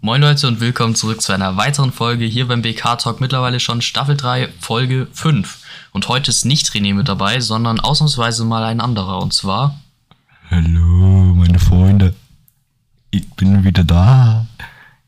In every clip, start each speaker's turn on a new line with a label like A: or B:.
A: Moin Leute und willkommen zurück zu einer weiteren Folge hier beim BK Talk mittlerweile schon Staffel 3 Folge 5. Und heute ist nicht René mit dabei, sondern ausnahmsweise mal ein anderer und zwar
B: Hallo, meine Freunde. Ich bin wieder da.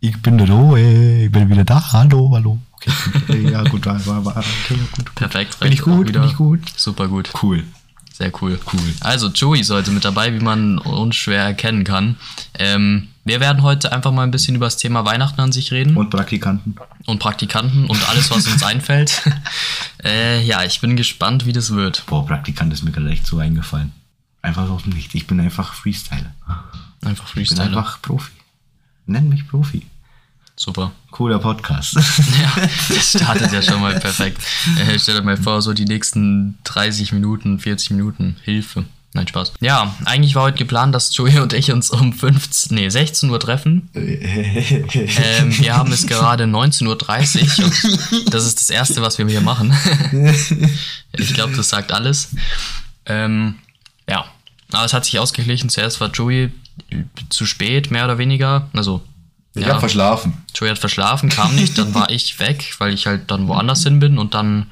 B: Ich bin der Roe. Ich bin wieder da. Hallo, hallo. Okay, gut. ja, gut, war, war, war. Okay, gut.
A: perfekt.
B: Bin ich
A: reicht auch
B: gut?
A: wieder.
B: Bin ich gut?
A: Super gut.
B: Cool.
A: Sehr cool.
B: Cool.
A: Also Joey ist heute mit dabei, wie man uns schwer erkennen kann. Ähm, wir werden heute einfach mal ein bisschen über das Thema Weihnachten an sich reden und,
B: Und Praktikanten.
A: Praktikanten und alles, was uns einfällt. äh, ja, ich bin gespannt, wie das wird.
B: Boah, Praktikant ist mir gerade echt so eingefallen. Einfach aus dem Nichts. Ich bin einfach Freestyler.
A: Einfach
B: Ich bin
A: Freestyle.
B: einfach Profi. Nenn mich Profi.
A: Super.
B: Cooler Podcast.
A: Ja, das startet ja schon mal perfekt. Äh, stell dir mal vor, so die nächsten 30 Minuten, 40 Minuten, Hilfe. Nein, Spaß. Ja, eigentlich war heute geplant, dass Joey und ich uns um 15, nee, 16 Uhr treffen. Ähm, wir haben es gerade 19.30 Uhr und das ist das Erste, was wir hier machen. ich glaube, das sagt alles. Ähm, ja, aber es hat sich ausgeglichen. Zuerst war Joey äh, zu spät, mehr oder weniger. Also,
C: Ich hab verschlafen.
A: Joey hat verschlafen, kam nicht, dann war ich weg, weil ich halt dann woanders hin bin und dann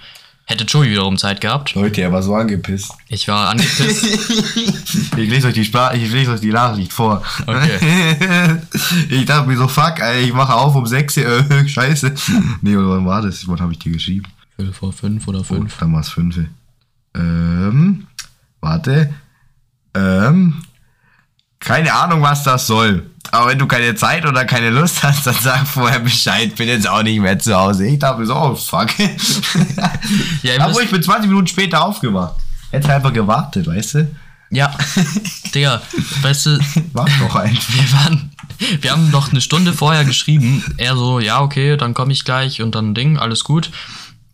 A: hätte Joey wiederum Zeit gehabt.
C: Leute, er war so angepisst.
A: Ich war angepisst.
B: Ich lese euch die, Spra ich lese euch die Nachricht vor.
A: Okay.
B: ich dachte mir so, fuck, ey, ich mache auf um 6 Uhr, äh, scheiße. Nee, oder wann war das? Wann habe ich dir geschrieben?
A: Viertel vor fünf oder
B: Fünf.
A: fünf.
B: Dann war es 5. Ähm, warte. Ähm, keine Ahnung, was das soll. Aber wenn du keine Zeit oder keine Lust hast, dann sag vorher Bescheid. Bin jetzt auch nicht mehr zu Hause. Ich dachte mir so, oh fuck.
A: Ja, ihr
B: Aber
A: müsst-
B: ich bin 20 Minuten später aufgewacht. Hätte einfach gewartet, weißt du?
A: Ja. Digga, weißt du,
B: War doch einfach.
A: wir waren. Wir haben noch eine Stunde vorher geschrieben. Er so, ja, okay, dann komme ich gleich und dann Ding, alles gut.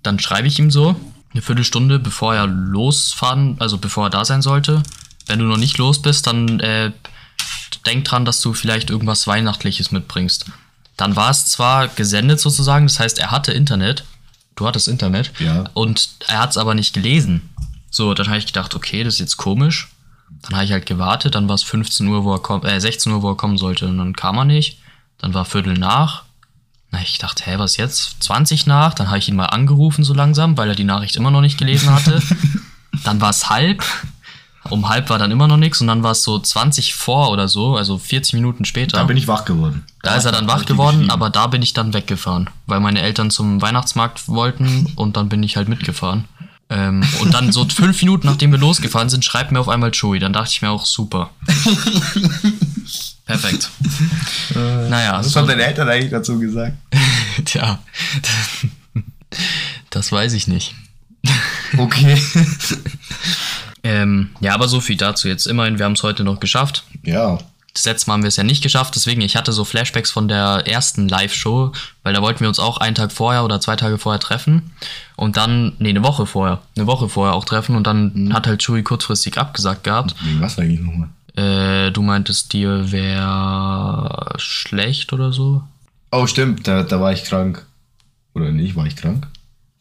A: Dann schreibe ich ihm so, eine Viertelstunde, bevor er losfahren, also bevor er da sein sollte. Wenn du noch nicht los bist, dann äh, denk dran, dass du vielleicht irgendwas Weihnachtliches mitbringst. Dann war es zwar gesendet sozusagen, das heißt, er hatte Internet. Du hattest Internet.
C: Ja.
A: Und er hat es aber nicht gelesen. So, dann habe ich gedacht, okay, das ist jetzt komisch. Dann habe ich halt gewartet, dann war es 15 Uhr, wo er kommt, äh, 16 Uhr, wo er kommen sollte. Und dann kam er nicht. Dann war Viertel nach. Na, ich dachte, hä, was jetzt? 20 nach? Dann habe ich ihn mal angerufen so langsam, weil er die Nachricht immer noch nicht gelesen hatte. dann war es halb. Um halb war dann immer noch nichts und dann war es so 20 vor oder so, also 40 Minuten später.
B: Da bin ich wach geworden.
A: Da ist er dann
B: Hab
A: wach
B: ich dir
A: geworden,
B: geschrieben.
A: aber da bin ich dann weggefahren, weil meine Eltern zum Weihnachtsmarkt wollten und dann bin ich halt mitgefahren. Ähm, und dann so fünf Minuten, nachdem wir losgefahren sind, schreibt mir auf einmal Joey. Dann dachte ich mir auch, super. Perfekt.
B: Äh,
A: naja,
C: Was
A: so,
C: haben deine Eltern eigentlich dazu gesagt?
A: tja, das weiß ich nicht.
B: Okay.
A: Ähm, ja, aber so viel dazu jetzt. Immerhin, wir haben es heute noch geschafft.
C: Ja.
A: Das letzte Mal haben wir es ja nicht geschafft, deswegen, ich hatte so Flashbacks von der ersten Live-Show, weil da wollten wir uns auch einen Tag vorher oder zwei Tage vorher treffen und dann, nee, eine Woche vorher, eine Woche vorher auch treffen und dann hat halt Chewie kurzfristig abgesagt gehabt.
C: Wegen was eigentlich nochmal?
A: Äh, du meintest, dir wäre schlecht oder so?
C: Oh, stimmt, da, da war ich krank. Oder nicht, war ich krank?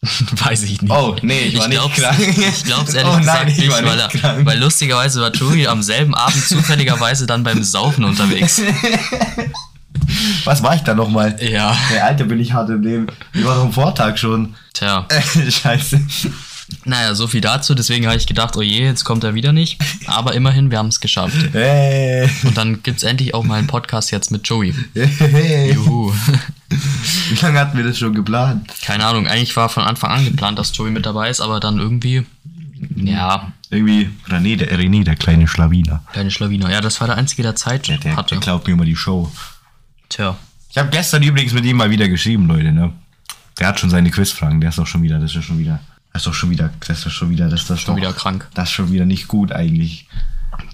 A: Weiß ich nicht.
C: Oh, nee, ich war nicht
A: glaub's-
C: krank.
A: Ich glaub's ehrlich
C: Oh nein,
A: gesagt
C: ich
A: nicht,
C: war
A: weil,
C: nicht
A: er,
C: krank.
A: weil lustigerweise war Chewie am selben Abend zufälligerweise dann beim Saufen unterwegs.
B: Was war ich da nochmal?
A: Ja,
B: Hey, Alter, bin ich hart im Leben. Ich war doch am Vortag schon. Äh,
A: tja.
B: Scheiße.
A: Naja, so viel dazu. Deswegen habe ich gedacht, oh je, jetzt kommt er wieder nicht. Aber immerhin, wir haben es geschafft.
B: Hey,
A: Und dann gibt es endlich auch mal einen Podcast jetzt mit Joey.
B: hey.
A: Juhu.
B: Wie lange hatten wir das schon geplant?
A: Keine Ahnung, eigentlich war von Anfang an geplant, dass Joey mit dabei ist, aber dann irgendwie, ja,
B: Irgendwie René, der, René, der kleine Schlawiner.
A: kleine Schlawiner. Ja, das war der Einzige, der Zeit
B: Der, der, der
A: hatte.
B: klaut mir immer die Show.
A: Tja,
B: Ich habe gestern übrigens mit ihm mal wieder geschrieben, Leute. Ne? Der hat schon seine Quizfragen. Der ist doch schon wieder, das ist schon wieder, das ist doch schon wieder, das ist schon wieder, das ist das
A: schon
B: doch,
A: wieder krank.
B: Das ist schon wieder nicht gut eigentlich.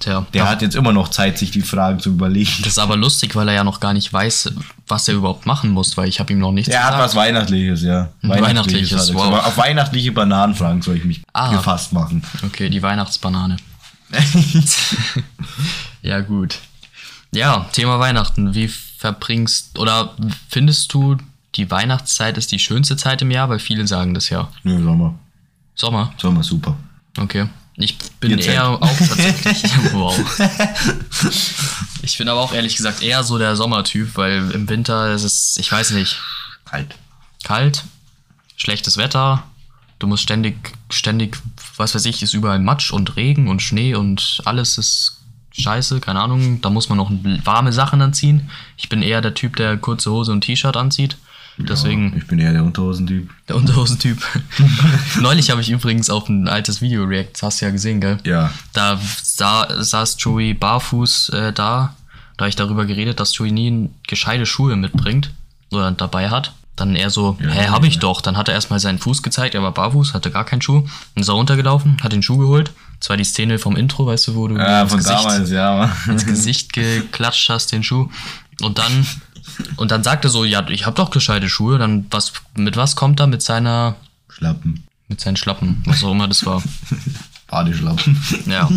A: Tja.
B: Der hat jetzt immer noch Zeit, sich die Fragen zu überlegen.
A: Das ist aber lustig, weil er ja noch gar nicht weiß, was er überhaupt machen muss, weil ich habe ihm noch nichts
B: Der hat
A: gesagt.
B: was Weihnachtliches, ja.
A: Weihnachtliches,
B: hat er
A: wow.
B: gesagt. Auf weihnachtliche Bananenfragen soll ich mich
A: Ah.
B: gefasst machen.
A: Okay, die Weihnachtsbanane. ja, gut. Ja, Thema Weihnachten. Wie verbringst oder findest du, die Weihnachtszeit ist die schönste Zeit im Jahr? Weil viele sagen das ja.
B: Nö, Sommer.
A: Sommer,
B: Sommer super.
A: okay. Ich bin
D: Gezählt.
A: eher auch tatsächlich. wow. Ich bin aber auch ehrlich gesagt eher so der Sommertyp, weil im Winter ist es, ich weiß nicht,
B: Kalt.
A: kalt, schlechtes Wetter, du musst ständig, ständig, was weiß ich, ist überall Matsch und Regen und Schnee und alles ist scheiße, keine Ahnung. Da muss man noch warme Sachen anziehen. Ich bin eher der Typ, der kurze Hose und T-Shirt anzieht. Deswegen.
B: Ich bin eher der Unterhosentyp.
A: Der Unterhosentyp. Neulich habe ich übrigens auf ein altes Video react, hast du ja gesehen, gell?
B: Ja.
A: Da sah, saß Joey barfuß äh, da. Da hab ich darüber geredet, dass Joey nie gescheite Schuhe mitbringt oder dabei hat. Dann er so, hä, hab ich doch. Dann hat er erstmal seinen Fuß gezeigt, er war barfuß, hatte gar keinen Schuh. Dann ist er runtergelaufen, hat den Schuh geholt. Das war die Szene vom Intro, weißt du, wo du
D: Ja,
A: ins
D: von
A: Gesicht-
D: damals, ja, Mann.
A: ins Gesicht geklatscht hast, den Schuh. Und dann, und dann sagt er so, ja, ich hab doch gescheite Schuhe. Dann, was, mit was kommt er? Mit seiner,
B: Schlappen.
A: mit seinen Schlappen, was auch immer das war.
D: Badeschlappen.
A: Ja,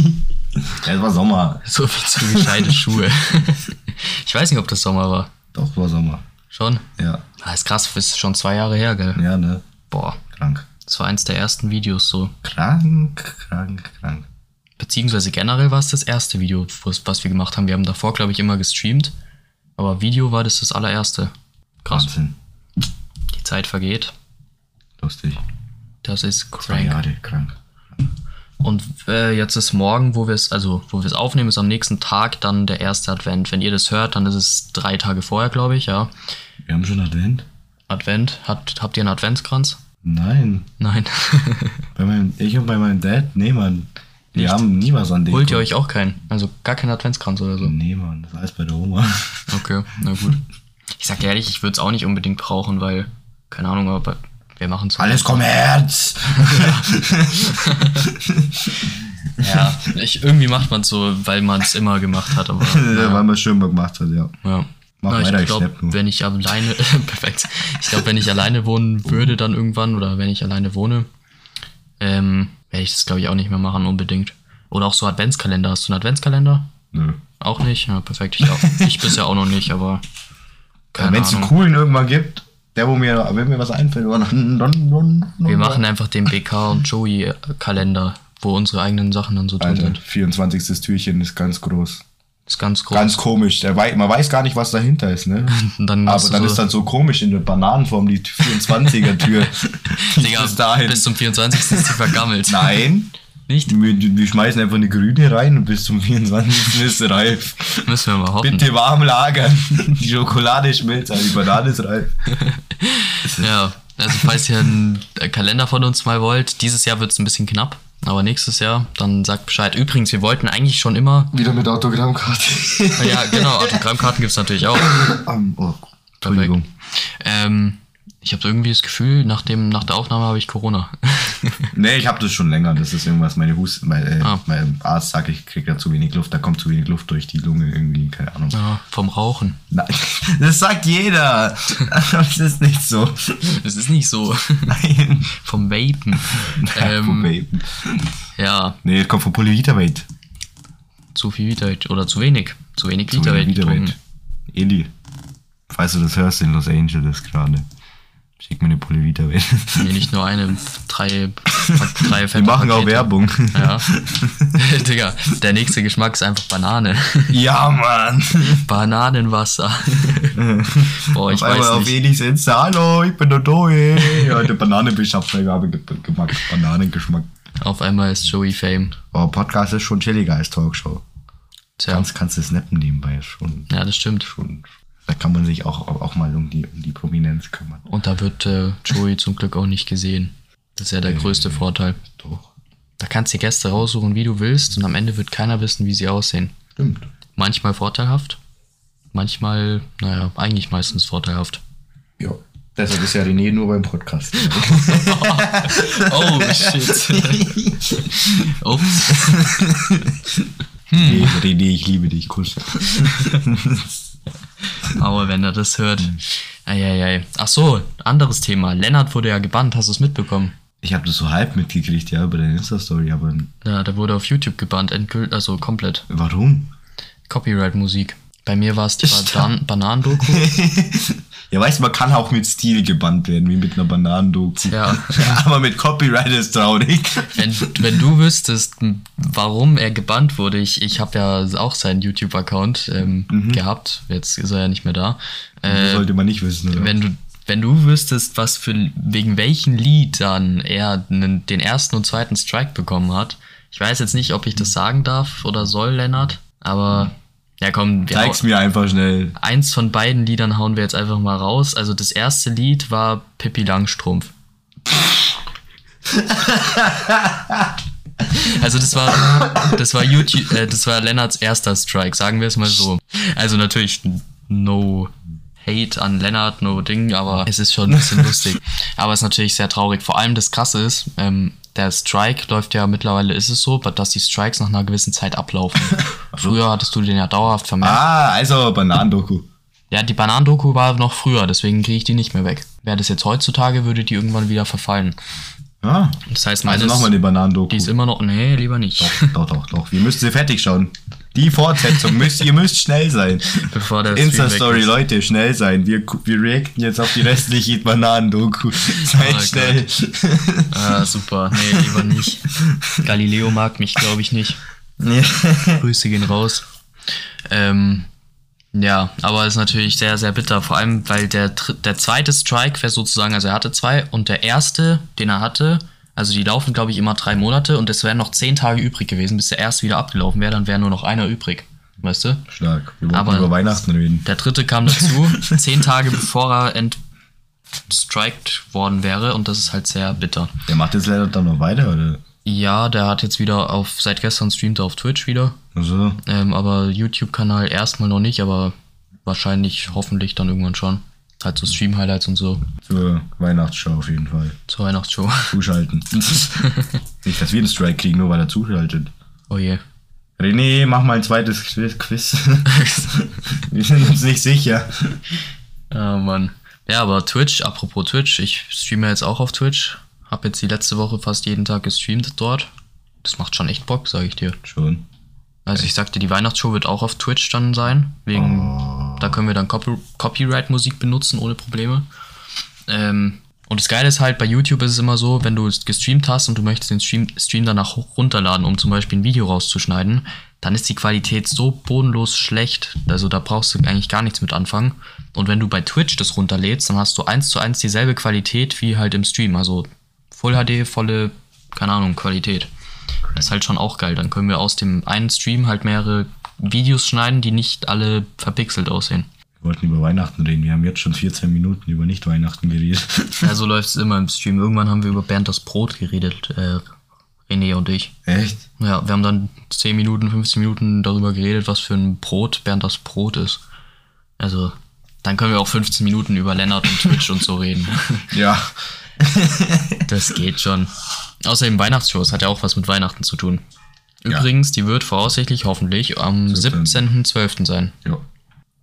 D: Ja, es war Sommer.
A: so viel zu gescheite Schuhe. Ich weiß nicht, ob das Sommer war.
B: Doch, war Sommer.
A: Schon?
B: Ja.
A: Ah, ist krass, ist schon zwei Jahre her, gell?
B: Ja, ne?
A: Boah,
B: Krank.
A: das war eins der ersten Videos so.
B: Krank, krank, krank.
A: Beziehungsweise generell war es das erste Video, was, was wir gemacht haben. Wir haben davor, glaube ich, immer gestreamt. Aber Video war das das allererste. Krass,
B: Wahnsinn.
A: die Zeit vergeht.
B: Lustig.
A: Das ist
B: Zwei
A: crank.
B: Jahre krank.
A: Und äh, jetzt ist morgen, wo wir es, also wo wir es aufnehmen, ist am nächsten Tag dann der erste Advent. Wenn ihr das hört, dann ist es drei Tage vorher, glaube ich, ja.
B: Wir haben schon Advent?
A: Advent. Hat, habt ihr einen Adventskranz?
B: Nein.
A: Nein.
B: Bei meinem, ich und bei meinem Dad, nee, Mann. Die haben nie was an Deko.
A: Holt ihr euch auch keinen? Also gar keinen Adventskranz oder so.
B: Nee, Mann, das ist alles bei der Oma.
A: Okay, na gut. Ich sag dir ehrlich, ich würde es auch nicht unbedingt brauchen, weil, keine Ahnung, aber wir machen es.
B: Alles Kommerz!
A: Ja, ich, irgendwie macht man es so, weil man es immer gemacht hat, aber.
B: Ja. Weil man es schön gemacht hat, ja.
A: Ja. Na,
B: Mach weiter,
A: ich
B: ich
A: glaube,
B: schlepp nur.
A: wenn ich alleine, perfekt. Ich glaube, wenn ich alleine wohnen würde dann irgendwann oder wenn ich alleine wohne, ähm, werde ich das glaube ich auch nicht mehr machen unbedingt. Oder auch so Adventskalender. Hast du einen Adventskalender?
B: Nö.
A: Auch nicht? Ja, perfekt. Ich, auch, ich bisher auch noch nicht, aber keine
B: Wenn es einen
A: Ahnung.
B: coolen irgendwann gibt, der, wo mir, wenn mir was einfällt, oder dann, dann, dann, dann,
A: Wir machen einfach den BK und Joey äh, Kalender, wo unsere eigenen Sachen dann so drin
B: Alter,
A: sind.
B: 24. Türchen ist ganz groß.
A: Ist ganz groß.
B: Ganz komisch. Der wei man weiß gar nicht, was dahinter ist, ne?
A: Und dann
B: Aber
A: machst
B: dann
A: du
B: ist
A: so,
B: dann so komisch in der Bananenform die 24er-Tür.
A: Digga,
B: bis dahin.
A: bis zum 24. ist die vergammelt.
B: Nein.
A: Nicht?
B: Wir, wir schmeißen einfach eine grüne rein und bis zum 24. ist sie reif.
A: Müssen wir mal hoffen.
B: Bitte warm lagern. Die Schokolade schmilzt, aber die Banane ist reif.
A: Ja, also falls ihr einen äh, Kalender von uns mal wollt, dieses Jahr wird es ein bisschen knapp, aber nächstes Jahr, dann sagt Bescheid. Übrigens, wir wollten eigentlich schon immer.
B: Wieder mit Autogrammkarte.
A: Ja, genau, Autogrammkarten gibt es natürlich auch.
B: Am- oh, Entschuldigung.
A: Ähm, ich habe irgendwie das Gefühl, nach, dem, nach der Aufnahme habe ich Corona.
B: Nee, ich habe das schon länger. Das ist irgendwas, meine Hust, mein, äh,
A: Ah.
B: mein Arzt sagt, ich krieg da zu wenig Luft, da kommt zu wenig Luft durch die Lunge irgendwie, keine Ahnung.
A: ja, vom Rauchen.
B: Nein, das sagt jeder. Das ist nicht so.
A: Das ist nicht so.
B: Nein.
A: vom Vapen.
B: Vom
A: Ähm,
B: Vapen.
A: ja,
B: Nee, das kommt von Polyvitavate.
A: zu viel Vitamin oder zu wenig. Zu wenig Vitamin. getrunken. mhm.
B: Eli, falls du das hörst in Los Angeles gerade, schick mir eine Polyvitavate.
A: Nee, nicht nur eine, drei, drei
B: Wir machen auch Werbung.
A: Ja. Digga, der nächste Geschmack ist einfach Banane.
B: Ja, Mann.
A: Bananenwasser. Boah, ich
B: auf einmal
A: weiß
B: auf
A: nicht.
B: Elis Insta. Hallo, ich bin der Doe. Ja, der Bananenbischabsvergabe gemacht. Bananengeschmack.
A: Auf einmal ist Joey Fame.
B: Oh, Podcast ist schon chilliger als Talkshow.
A: Tja,
B: Sonst kannst du snappen nebenbei. Ist schon,
A: ja, das stimmt.
B: schon. Da kann man sich auch, auch mal um die, um die Prominenz kümmern.
A: Und da wird äh, Joey zum Glück auch nicht gesehen. Das ist ja der größte Vorteil.
B: Doch.
A: Da kannst du die Gäste raussuchen, wie du willst, und am Ende wird keiner wissen, wie sie aussehen.
B: Stimmt.
A: Manchmal vorteilhaft, manchmal, naja, eigentlich meistens vorteilhaft.
B: Ja. Deshalb ist ja René nur beim Podcast.
A: Hm. Oh, shit. Ups.
B: Nee, René, ich liebe dich. Kuss.
A: Aber wenn er das hört. Eieiei. Ach so, anderes Thema. Lennart wurde ja gebannt, hast du es mitbekommen?
B: Ich habe das so halb mitgekriegt, ja, über deine Insta-Story, aber
A: Ja, der wurde auf YouTube gebannt, endgültig, also komplett.
B: warum?
A: Copyright-Musik. Bei mir war es die
B: Ist da-
A: Banan Bananendoku.
B: Ja, weißt du, man kann auch mit Stil gebannt werden, wie mit einer Bananendoku.
A: Ja.
B: Aber mit Copyright ist traurig.
A: Wenn, wenn du wüsstest, m, warum er gebannt wurde, ich, ich habe ja auch seinen YouTube-Account ähm, gehabt, jetzt ist er ja nicht mehr da.
B: Das
A: Äh,
B: sollte man nicht wissen, oder?
A: wenn, du, wenn du wüsstest, was für, wegen welchen Lied dann er nen- den ersten und zweiten Strike bekommen hat, ich weiß jetzt nicht, ob ich das sagen darf oder soll, Lennart, aber ja komm, wir, hau-
B: Zeig's mir einfach schnell.
A: eins von beiden Liedern hauen wir jetzt einfach mal raus. Also das erste Lied war Pippi Langstrumpf. Also das war das war YouTube, äh, das war Lennarts erster Strike, sagen wir es mal so. Also natürlich no Hate an Lennart, no Ding, aber es ist schon ein bisschen lustig. Aber es ist natürlich sehr traurig. Vor allem das Krasse ist, ähm, der Strike läuft ja mittlerweile, ist es so, dass die Strikes nach einer gewissen Zeit ablaufen. Früher hattest du den ja dauerhaft vermerkt.
B: Ah, also Bananendoku.
A: Ja, die Bananendoku war noch früher, deswegen kriege ich die nicht mehr weg. Wäre das jetzt heutzutage, würde die irgendwann wieder verfallen.
B: Ja.
A: Das heißt, meine
B: Also
A: ist-
B: nochmal die Bananendoku.
A: die ist immer noch. Nee, lieber nicht.
B: Doch, doch, doch. Wir müssen sie fertig schauen. Die Fortsetzung. müsst, ihr müsst schnell sein.
A: Bevor der Stream
B: Insta-Story,
A: weg ist.
B: Leute, schnell sein. Wir, gu- wir reacten jetzt auf die restliche Bananendoku. Seid
A: Oh
B: schnell.
A: Ah, super. Nee, lieber nicht. Galileo mag mich, glaube ich, nicht.
B: Nee.
A: Grüße gehen raus. Ähm, ja, aber ist natürlich sehr, sehr bitter. Vor allem, weil der, dr- der zweite Strike wäre sozusagen, also er hatte zwei und der erste, den er hatte, also die laufen, glaube ich, immer drei Monate und es wären noch zehn Tage übrig gewesen, bis der erste wieder abgelaufen wäre, dann wäre nur noch einer übrig. Weißt du?
B: Stark. Wir wollten
A: Aber-
B: über Weihnachten reden.
A: Der dritte kam dazu, zehn Tage bevor er entstrikt worden wäre und das ist halt sehr bitter.
B: Der macht jetzt leider dann noch weiter, oder?
A: Ja, der hat jetzt wieder auf, seit gestern streamt er auf Twitch wieder.
B: Also,
A: Ähm, aber YouTube-Kanal erstmal noch nicht, aber wahrscheinlich, hoffentlich dann irgendwann schon. Halt so Stream-Highlights und so
B: zur Weihnachtsshow auf jeden Fall.
A: zur Weihnachtsshow.
B: Zuschalten. Nicht, dass wir einen Strike kriegen, nur weil er zuschaltet.
A: Oh je.
B: René, mach mal ein zweites Quiz- Quiz. wir sind uns nicht sicher.
A: Ah, Mann. Ja, aber Twitch, apropos Twitch, ich streame jetzt auch auf Twitch. Hab jetzt die letzte Woche fast jeden Tag gestreamt dort. Das macht schon echt Bock, sag ich dir.
B: Schon.
A: Also ich sagte, die Weihnachtsshow wird auch auf Twitch dann sein. Wegen, da können wir dann Copy Copyright-Musik benutzen ohne Probleme. Ähm, und das Geile ist halt, bei YouTube ist es immer so, wenn du es gestreamt hast und du möchtest den Stream, Stream danach hoch- runterladen, um zum Beispiel ein Video rauszuschneiden, dann ist die Qualität so bodenlos schlecht. Also da brauchst du eigentlich gar nichts mit anfangen. Und wenn du bei Twitch das runterlädst, dann hast du eins zu eins dieselbe Qualität wie halt im Stream. Also Full HD, volle, keine Ahnung, Qualität. Das ist halt schon auch geil. Dann können wir aus dem einen Stream halt mehrere Videos schneiden, die nicht alle verpixelt aussehen.
B: Wir wollten über Weihnachten reden. Wir haben jetzt schon 14 Minuten über Nicht-Weihnachten geredet.
A: Ja, so läuft es immer im Stream. Irgendwann haben wir über Bernd das Brot geredet, äh, René und ich.
B: Echt?
A: Ja, wir haben dann 10 Minuten, 15 Minuten darüber geredet, was für ein Brot Bernd das Brot ist. Also, dann können wir auch 15 Minuten über Lennart und Twitch und so reden.
B: Ja.
A: Das geht schon. Außerdem Weihnachtsshow, es hat ja auch was mit Weihnachten zu tun. Übrigens, die wird voraussichtlich hoffentlich am
B: 17..
A: 17.12. sein.
B: ja.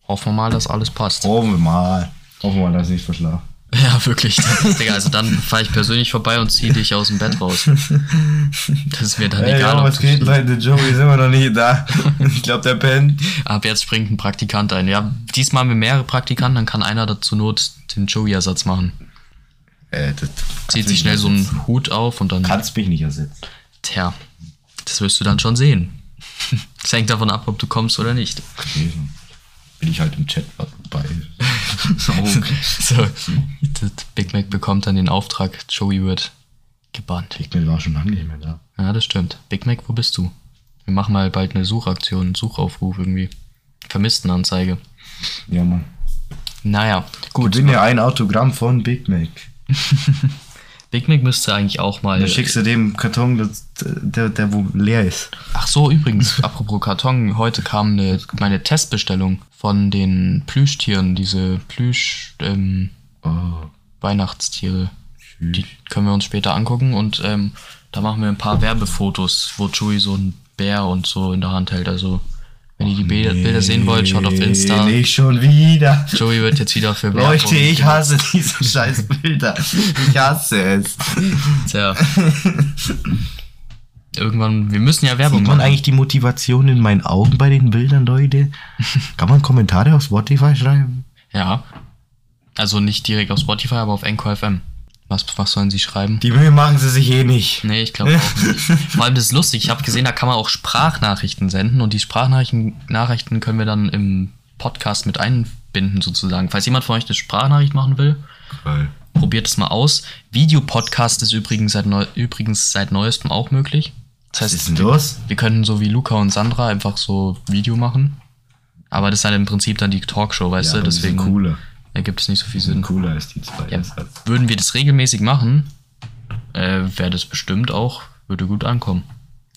A: Hoffen wir mal, dass alles passt.
B: Hoffen wir mal. Hoffen wir mal, dass ich nicht verschlafe.
A: Ja, wirklich. Digga, also dann fahre ich persönlich vorbei und ziehe dich aus dem Bett raus. Das ist mir dann
B: Hey,
A: egal.
B: yo,
A: ob
B: was
A: du-
B: geht, Leute? Joey ist immer noch nicht da. Ich glaube, der pennt.
A: Ab jetzt springt ein Praktikant ein. Ja, diesmal haben wir mehrere Praktikanten, dann kann einer dazu Not den Joey-Ersatz machen.
B: Äh, das
A: Zieht sich schnell so einen Hut auf und dann.
B: Kannst mich nicht ersetzen.
A: Tja, das wirst du dann schon sehen. Es hängt davon ab, ob du kommst oder nicht.
B: Okay, dann bin ich halt im Chat dabei. so, okay.
A: So, das Big Mac bekommt dann den Auftrag, Joey wird gebannt.
B: Ich bin war schon lange nicht mehr da.
A: Ja, das stimmt. Big Mac, wo bist du? Wir machen mal bald eine Suchaktion, einen Suchaufruf irgendwie. Vermisstenanzeige.
B: Ja, Mann.
A: Naja, gut.
B: Gut, bin ja ein Autogramm von Big Mac.
A: Big Mac müsste eigentlich auch mal.
B: Dann schickst du dem Karton, das, der, der wo leer ist.
A: Ach so, übrigens, apropos Karton, heute kam eine, meine Testbestellung von den Plüschtieren, diese Plüsch ähm,
B: Oh,
A: Weihnachtstiere. Die können wir uns später angucken und ähm, da machen wir ein paar Werbefotos, wo Chewie so einen Bär und so in der Hand hält. Also, wenn ihr die Bilder, Bilder sehen wollt, schaut auf Insta.
B: Nicht schon wieder.
A: Joey wird jetzt wieder für
B: Leute,
A: Werbung-
B: ich hasse diese scheiß Bilder. Ich hasse es.
A: Tja. Irgendwann, wir müssen ja Werbung
B: Sieht man
A: machen.
B: eigentlich die Motivation in meinen Augen bei den Bildern, Leute? Kann man Kommentare auf Spotify schreiben?
A: Ja. Also nicht direkt auf Spotify, aber auf Encore FM. Was, was sollen sie schreiben?
B: Die Mühe machen sie sich eh nicht.
A: Nee, ich glaube auch nicht. Vor allem das ist lustig. Ich habe gesehen, da kann man auch Sprachnachrichten senden und die Sprachnachrichten Nachrichten können wir dann im Podcast mit einbinden sozusagen. Falls jemand von euch eine Sprachnachricht machen will,
E: Geil.
A: probiert es mal aus. Videopodcast ist übrigens seit, neu übrigens seit neuestem auch möglich. Das
B: Was
A: heißt,
B: ist denn los?
A: wir können so wie Luca und Sandra einfach so Video machen. Aber das ist halt im Prinzip dann die Talkshow, weißt
B: aber
A: du?
B: die sind
A: Deswegen
B: cooler.
A: ergibt es nicht so viel
B: Die sind
A: Sinn.
B: cooler als die zwei.
A: Ja,
B: deshalb.
A: würden wir das regelmäßig machen, äh, wäre das bestimmt auch, würde gut ankommen.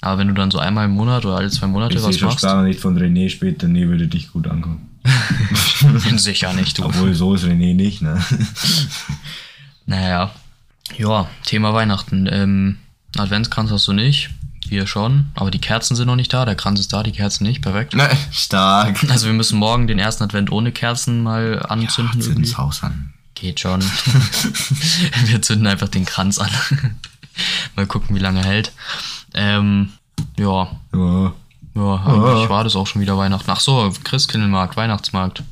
A: Aber wenn du dann so einmal im Monat oder alle zwei Monate
B: Ich sehe
A: was
B: schon
A: machst,
B: gar nicht von René später. Nee, würde dich gut angucken.
A: sicher nicht, du.
B: Obwohl, so ist René nicht, ne?
A: Naja. Ja, Thema Weihnachten. Ähm, Adventskranz hast du nicht. Wir schon. Aber die Kerzen sind noch nicht da. Der Kranz ist da, die Kerzen nicht. Perfekt.
E: Ne,
B: Stark.
A: Also wir müssen morgen den ersten Advent ohne Kerzen mal anzünden.
E: zünd
A: irgendwie.
E: ins Haus an.
A: Geht schon. wir zünden einfach den Kranz an. mal gucken, wie lange hält. Ähm, ja,
B: Ja.
A: Ja, eigentlich war das auch schon wieder Weihnachten. Ach so, Christkindlmarkt, Weihnachtsmarkt.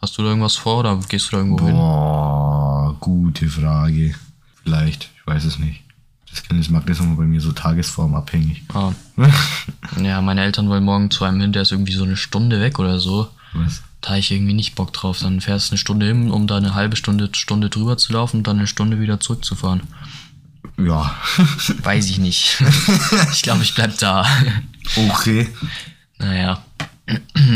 A: Hast du da irgendwas vor oder gehst du da irgendwo hin?
B: Boah, gute Frage. Vielleicht, ich weiß es nicht. Das Kindesmarkt ist immer bei mir so tagesformabhängig.
A: Ah. ja, meine Eltern wollen morgen zu einem hin, der ist irgendwie so eine Stunde weg oder so.
B: Was?
A: Da hab ich irgendwie nicht Bock drauf. Dann fährst du eine Stunde hin, um da eine halbe Stunde, Stunde drüber zu laufen und dann eine Stunde wieder zurückzufahren.
B: Ja.
A: Weiß ich nicht. ich glaube, ich bleib da.
B: Okay.
A: Naja.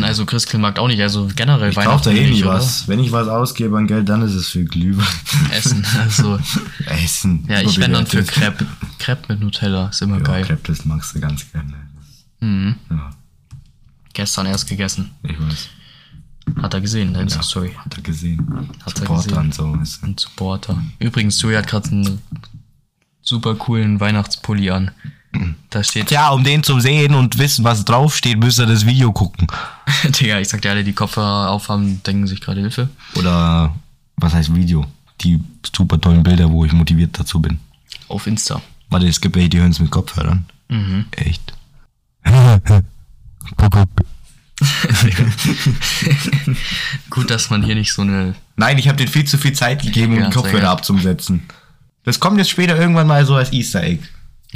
A: Also Christkindlmarkt auch nicht. Also generell
B: Ich kaufe da eh nie
A: oder?
B: was. Wenn ich was ausgebe an Geld, dann ist es für Glühwein.
A: Essen. Also,
B: Essen.
A: ja, ich wenn dann für
B: Crepe.
A: Crepe. Crepe mit Nutella ist immer
B: Ja,
A: geil.
B: Crepe, das magst du ganz gerne.
A: Mhm.
B: Ja,
A: Gestern erst gegessen.
B: ich weiß.
A: Hat er gesehen, dein ja.
B: Ja,
A: Story.
B: Hat er gesehen.
A: Hat er
B: Support
A: gesehen.
B: dann so. Ist.
A: Ein Supporter. Übrigens, Joey hat gerade einen super coolen Weihnachtspulli an. Da steht,
E: Tja, um den zu sehen und wissen, was draufsteht, müsst ihr das Video gucken.
A: Digga, ich sag dir alle, die Kopfhörer aufhaben, denken sich gerade Hilfe.
E: Oder was heißt Video? Die super tollen Bilder, wo ich motiviert dazu bin.
A: Auf Insta. Mhm.
E: Warte, es gibt welche, die hören es mit Kopfhörern. Echt?
A: Gut, dass man hier nicht so eine.
B: Nein, ich habe dir viel zu viel Zeit gegeben, um
A: Ja,
B: die
A: sehr geil.
B: Kopfhörer abzusetzen. Das kommt jetzt später irgendwann mal so als Easter Egg.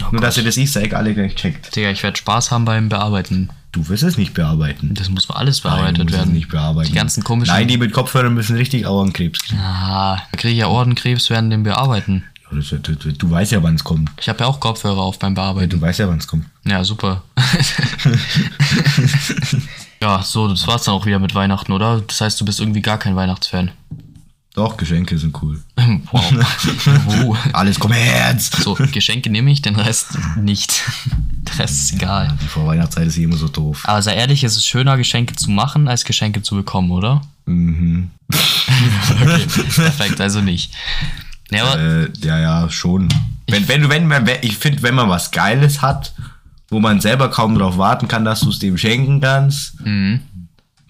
A: Oh
B: Nur, dass ihr das Easter Egg alle gleich checkt.
A: Digga, ich werde Spaß haben beim Bearbeiten.
B: Du wirst es nicht bearbeiten.
A: Das muss alles
B: Nein, du
A: bearbeitet
B: musst es
A: werden.
B: Nicht bearbeiten.
A: Die ganzen komischen.
B: Nein, die mit Kopfhörern müssen richtig Augenkrebs kriegen.
A: Ah, da kriege ich ja Ordenkrebs während dem Bearbeiten.
B: Ja, das, das, das, du weißt ja, wann es kommt.
A: Ich habe ja auch Kopfhörer auf beim Bearbeiten.
B: Du weißt ja, wann es kommt.
A: Ja, super. ja, so, das war's dann auch wieder mit Weihnachten, oder? Das heißt, du bist irgendwie gar kein Weihnachtsfan.
B: Doch, Geschenke sind cool.
A: wow. wow.
B: Alles Kommerz!
A: So, Geschenke nehme ich, den Rest nicht. Der Rest ist egal.
B: Die Vorweihnachtszeit ist eh immer so doof.
A: Aber sei ehrlich, es ist schöner, Geschenke zu machen, als Geschenke zu bekommen, oder?
B: Mhm.
A: Okay, perfekt, also nicht. Ja, aber,
B: Äh, ja, ja, schon. Wenn, wenn du, wenn man, wenn, ich finde, wenn man was Geiles hat, wo man selber kaum drauf warten kann, dass du es dem schenken kannst,
A: mhm,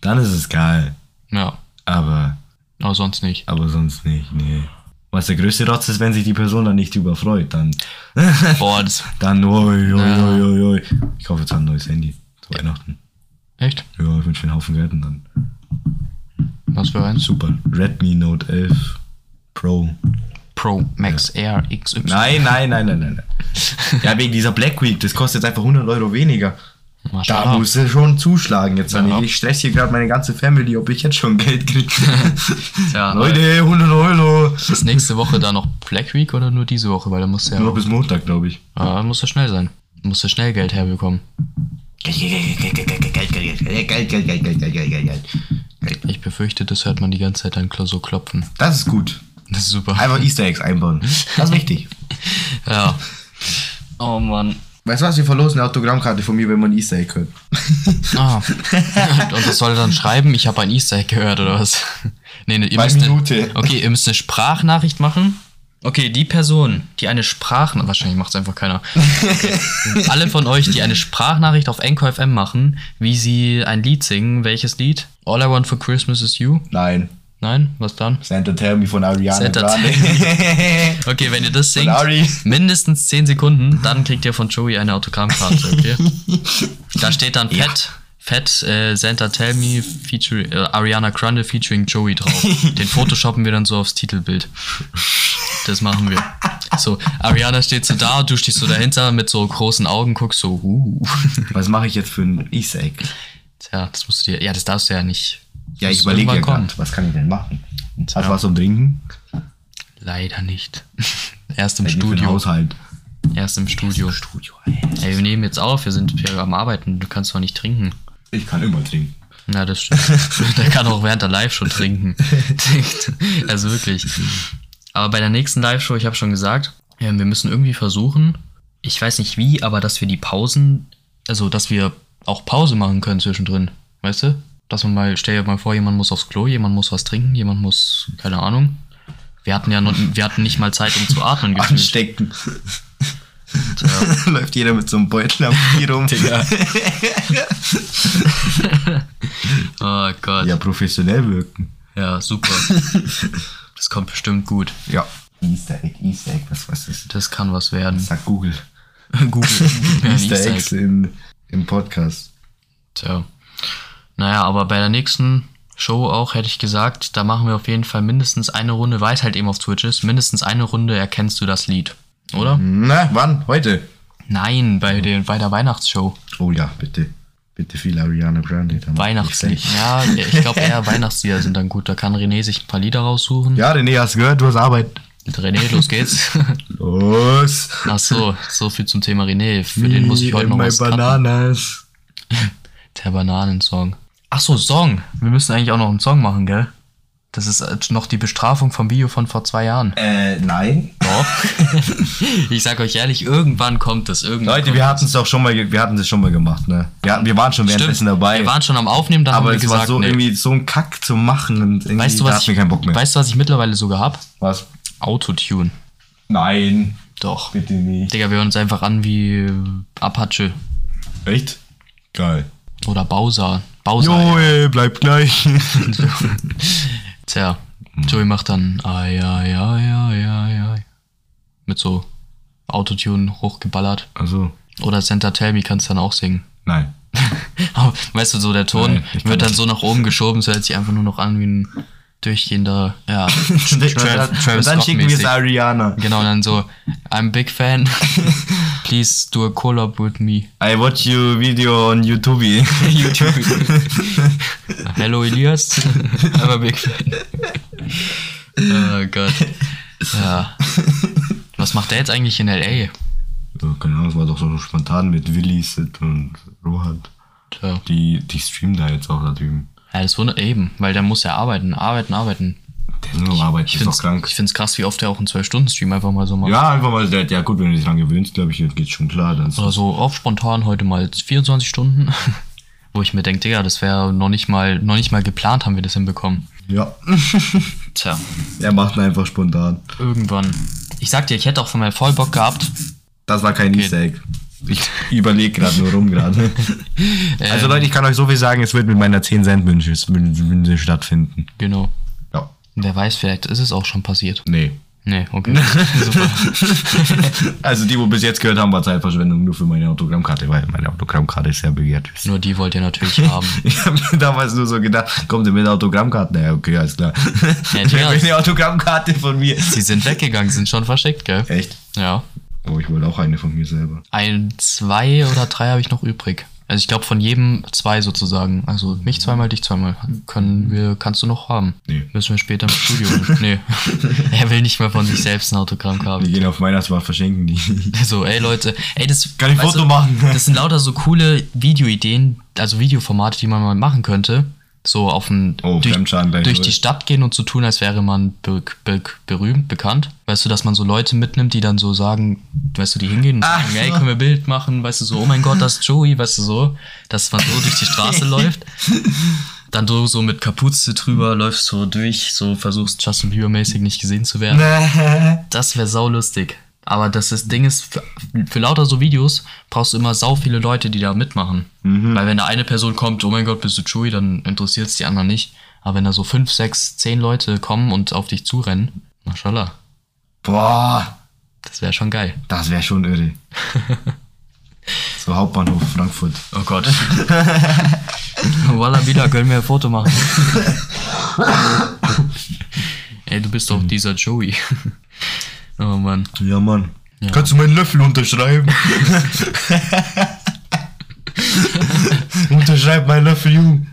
B: dann ist es geil.
A: ja,
B: Aber,
A: aber sonst nicht.
B: aber sonst nicht, nee. Was der größte Rotz ist, wenn sich die Person dann nicht drüber freut, dann,
A: Boah, das,
B: dann, oi, oi,
A: Ja.
B: oi, oi, oi. Ich kaufe jetzt ein neues Handy zu Weihnachten.
A: echt?
B: Ja, ich wünsche mir einen Haufen Geld und dann.
A: Was für eins?
B: Super. Redmi Note 11 Pro.
A: Pro Max Air XY.
B: Nein, nein, nein, nein, nein. nein. ja, wegen dieser Black Week, das kostet jetzt einfach 100 Euro weniger. Da
A: Mashallah.
B: musst du schon zuschlagen jetzt.
A: Ja.
B: Ja. Ich stress hier gerade meine ganze Family, ob ich jetzt schon Geld kriege.
A: Tja,
B: Leute, 100 Euro.
A: Ist nächste Woche da noch Black Week oder nur diese Woche? Weil da muss ja.
B: Nur bis Montag, glaube ich.
A: Ah, muss ja schnell sein. Muss ja schnell Geld herbekommen.
E: Geld, Geld, Geld, Geld, Geld, Geld, Geld, Geld, Geld, Geld, Geld, Geld, Geld, Geld, Geld, Geld.
A: Ich befürchte, das hört man die ganze Zeit dann so klopfen.
B: Das ist gut.
A: Das ist super.
B: Einfach Easter Eggs einbauen. Das ist wichtig.
A: Ja. Oh Mann.
B: Weißt du was, wir verlosen eine Autogrammkarte von mir, wenn man Easter Egg hört.
A: Ah. Und was soll er dann schreiben? Ich habe ein Easter Egg gehört oder was? Nee, nee, ihr
B: Bei
A: müsst
B: Minute.
A: Eine, okay, ihr müsst eine Sprachnachricht machen. Okay, die Person, die eine Sprachnachricht. Wahrscheinlich macht es einfach keiner. Okay. Alle von euch, die eine Sprachnachricht auf Anchor FM machen, wie sie ein Lied singen. Welches Lied? All I Want for Christmas is You?
B: Nein.
A: Nein? Was dann?
B: Santa Tell Me von Ariana
A: Santa
B: Grande.
A: Okay, wenn ihr das singt,
B: Ari.
A: mindestens 10 Sekunden, dann kriegt ihr von Joey eine Autogrammkarte, okay? da steht dann Pat Fett äh, Santa Tell Me featuring, äh, Ariana Grande featuring Joey drauf. Den photoshoppen wir dann so aufs Titelbild. Das machen wir. So, Ariana steht so da, du stehst so dahinter mit so großen Augen, guckst so, uh.
B: Was mache ich jetzt für ein Easter Egg?
A: Tja, das musst du dir, ja, das darfst du ja nicht.
B: Ja, ich
A: Muss
B: überlege ja
A: irgendwann
B: grad, was kann ich denn machen? Hast du was zum Trinken?
A: Leider nicht. Erst im
B: Ich bin für den
A: Studio.
B: Haushalt.
A: Erst im Studio.
B: Studio, ey.
A: Ey, wir nehmen jetzt auf, wir sind hier am Arbeiten, du kannst doch nicht trinken.
B: Ich kann immer trinken.
A: Na, das stimmt. der kann auch während der Live schon trinken. also wirklich. Aber bei der nächsten Live-Show, ich habe schon gesagt, ja, wir müssen irgendwie versuchen, ich weiß nicht wie, aber dass wir die Pausen, also dass wir auch Pause machen können zwischendrin. Weißt du? Dass man mal, stell dir mal vor, jemand muss aufs Klo, jemand muss was trinken, jemand muss, keine Ahnung. Wir hatten ja noch, wir hatten nicht mal Zeit, um zu atmen. gefühlt.
B: Anstecken. Läuft jeder mit so einem Beutel am Knie rum.
A: Oh Gott.
B: Ja, professionell wirken.
A: Ja, super. das kommt bestimmt gut.
B: Ja. Easter Egg, Easter Egg, was, was ist
A: Das kann was werden.
B: das? Sag Google.
A: Google. Ja,
B: Easter
A: Easter
B: Eggs
A: Egg.
B: in, im Podcast.
A: Tja. Naja, aber bei der nächsten Show auch hätte ich gesagt, da machen wir auf jeden Fall mindestens eine Runde, weil es halt eben auf Twitch ist, mindestens eine Runde erkennst du das Lied. Oder?
B: Na, wann? Heute?
A: Nein, bei, den, bei der Weihnachtsshow.
B: Oh ja, bitte. Bitte viel Ariana Grande. da mach ich
A: Weihnachtslied.
B: schlecht.
A: Ja, ich glaube eher Weihnachtslieder sind dann gut. Da kann René sich ein paar Lieder raussuchen.
B: Ja, René, hast du gehört? Du hast Arbeit.
A: René, los geht's.
B: Los.
A: Ach so, so viel zum Thema René. Für den muss ich heute noch
B: My
A: was cutten.
B: Bananas.
A: Der Bananensong. Ach so, Song. Wir müssen eigentlich auch noch einen Song machen, gell? Das ist äh, noch die Bestrafung vom Video von vor zwei Jahren.
B: Äh, nein.
A: Doch. ich sag euch ehrlich, irgendwann kommt es. Irgendwann
B: Leute,
A: kommt
B: wir hatten es doch schon mal, ge- wir hatten es schon mal gemacht, ne? Wir, hatten, wir waren schon
A: es.
B: währenddessen
A: Stimmt,
B: dabei.
A: Wir waren schon am Aufnehmen, dann haben
B: aber
A: wir
B: es
A: gesagt,
B: war so
A: nee.
B: irgendwie so ein Kack zu machen und irgendwie
A: weißt, du,
B: da
A: was
B: hatten
A: ich,
B: wir keinen Bock mehr.
A: weißt du, was ich mittlerweile sogar hab?
B: was?
A: Autotune.
B: Nein,
A: Doch.
B: bitte nicht.
A: Digga, wir hören uns einfach an wie äh, Apache
B: Echt? Geil.
A: oder Bowser. Bowser.
B: Joel, bleib gleich.
A: Tja, Joey macht dann ai, ai, ai, ai, ai, ai. mit so Autotune hochgeballert.
B: Also,
A: Oder Santa Tell Me kannst dann auch singen.
B: nein.
A: weißt du, so der Ton
B: Nein, ich kann
A: wird dann so nach oben geschoben, es hört sich einfach nur noch an wie ein durchgehender, ja,
B: Und dann schicken wir es
A: Scott-mäßig.
B: Ariana.
A: Genau, dann so, I'm big fan, please do a collab with me.
B: I watch your video on YouTube.
A: YouTube. Hello Elias, I'm a big fan. Oh Gott. Ja. Was macht der jetzt eigentlich in L.A.?
B: Ja, keine Ahnung, es war doch so spontan mit Willi, Sid und Rohat.
A: Tja.
B: Die, die streamen da jetzt auch da drüben.
A: Ja, das wundert eben, weil der muss ja arbeiten, arbeiten, arbeiten.
B: Der ist nur am Arbeiten,
A: Ich
B: ist doch
A: find's,
B: krank.
A: ich find's krass, wie oft der auch einen 12-Stunden-Stream einfach mal so macht.
B: Ja, einfach mal, der, ja gut, wenn du dich dran gewöhnst, glaube ich, geht's schon klar. Dann ist
A: Oder so auf spontan heute mal 24 Stunden. Wo ich mir denke, Digga, das wäre noch nicht mal, noch nicht mal geplant, haben wir das hinbekommen.
B: Ja,
A: Tja,
B: er macht ihn einfach spontan.
A: irgendwann. Ich sag dir, ich hätte auch von mir voll Bock gehabt.
B: Das war kein Easter Egg. Ich überlege gerade nur rum gerade. also Leute, ich kann euch so viel sagen, es wird mit meiner 10 Cent Münze, Münze stattfinden.
A: Genau.
B: Ja.
A: Wer weiß, vielleicht ist es auch schon passiert.
B: Nee.
A: Nee, okay. Super.
B: Also die, wo bis jetzt gehört haben, war Zeitverschwendung nur für meine Autogrammkarte, weil meine Autogrammkarte ist sehr begehrt.
A: Nur die wollt ihr natürlich haben.
B: Ich habe mir damals nur so gedacht, kommt ihr mit Autogrammkarten? Ja, okay, alles klar.
A: Ja,
B: Ja,
A: Digga.
B: Wer will eine Autogrammkarte von mir?
A: Die sind weggegangen, sind schon verschickt, gell?
B: Echt?
A: Ja.
B: Oh, ich wollte auch eine von mir selber.
A: Ein, zwei oder drei habe ich noch übrig. Also ich glaube von jedem zwei sozusagen. Also mich zweimal, dich zweimal. Können wir, kannst du noch haben.
B: Nee.
A: Müssen wir später im Studio. nee. Er will nicht mehr von sich selbst ein Autogramm
B: Wir
A: haben.
B: gehen auf Weihnachtsmarkt, verschenken die.
A: So, ey Leute, ey, das.
B: Kann ich
A: weißt
B: Foto machen?
A: Das sind lauter so coole Videoideen, also Videoformate, die man mal machen könnte. So auf dem
B: Oh,
A: durch,
B: Fremdschaden gleich
A: durch
B: null.
A: die Stadt gehen und so tun, als wäre man be be berühmt, bekannt. Weißt du, dass man so Leute mitnimmt, die dann so sagen, weißt du, die hingehen und sagen,
B: so.
A: ey, können wir ein Bild machen, weißt du so, oh mein Gott, das ist Joey, weißt du so, dass man so durch die Straße läuft. Dann du so mit Kapuze drüber läufst so durch, so versuchst Justin Bieber-mäßig nicht gesehen zu werden. Das wäre saulustig. Aber das ist, Ding ist, für, für lauter so Videos brauchst du immer sau viele Leute, die da mitmachen. Weil wenn da eine Person kommt, oh mein Gott, bist du Chewie, dann interessiert es die anderen nicht. Aber wenn da so fünf, sechs, zehn Leute kommen und auf dich zurennen, mashallah,
B: Boah,
A: das wäre schon geil.
B: das wäre schon irre. So Hauptbahnhof Frankfurt.
A: Oh Gott. Walla wieder, können wir ein Foto machen. Ey, du bist doch dieser Joey. Oh Mann.
B: Ja, Mann.
A: Ja.
B: Kannst du meinen Löffel unterschreiben? Unterschreib meinen Löffel, Junge.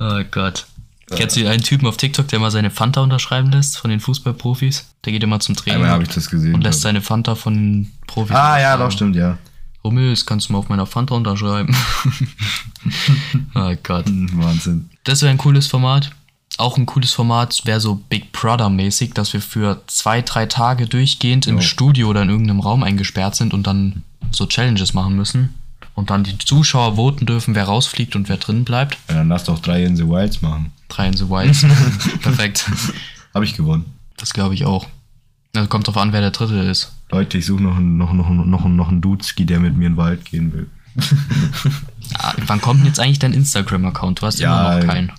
A: Oh Gott. Kennst du einen Typen auf TikTok, der mal seine Fanta unterschreiben lässt von den Fußballprofis? Der geht immer zum Training
B: Einmal habe ich das gesehen.
A: und lässt seine Fanta von den Profis.
B: ah, ja,
A: unterschreiben.
B: doch, stimmt, ja.
A: Hummels, kannst du mal auf meiner Fanta unterschreiben? oh Gott.
B: Hm, Wahnsinn.
A: Das wäre ein cooles Format. Auch ein cooles Format wäre so Big Brother-mäßig, dass wir für zwei, drei Tage durchgehend im Studio oder in irgendeinem Raum eingesperrt sind und dann so Challenges machen müssen. Und dann die Zuschauer voten dürfen, wer rausfliegt und wer drin bleibt.
B: Ja, dann lass doch drei in the Wilds machen.
A: Drei in the Wilds. Perfekt.
B: Habe ich gewonnen.
A: Das glaube ich auch. Also kommt drauf an, wer der Dritte ist.
B: Leute, ich suche noch einen noch, noch, noch, noch einen Dutzki, der mit mir in den Wald gehen will.
A: Ah, wann kommt denn jetzt eigentlich dein Instagram-Account? Du hast
B: Ja,
A: immer
B: äh,
A: noch keinen.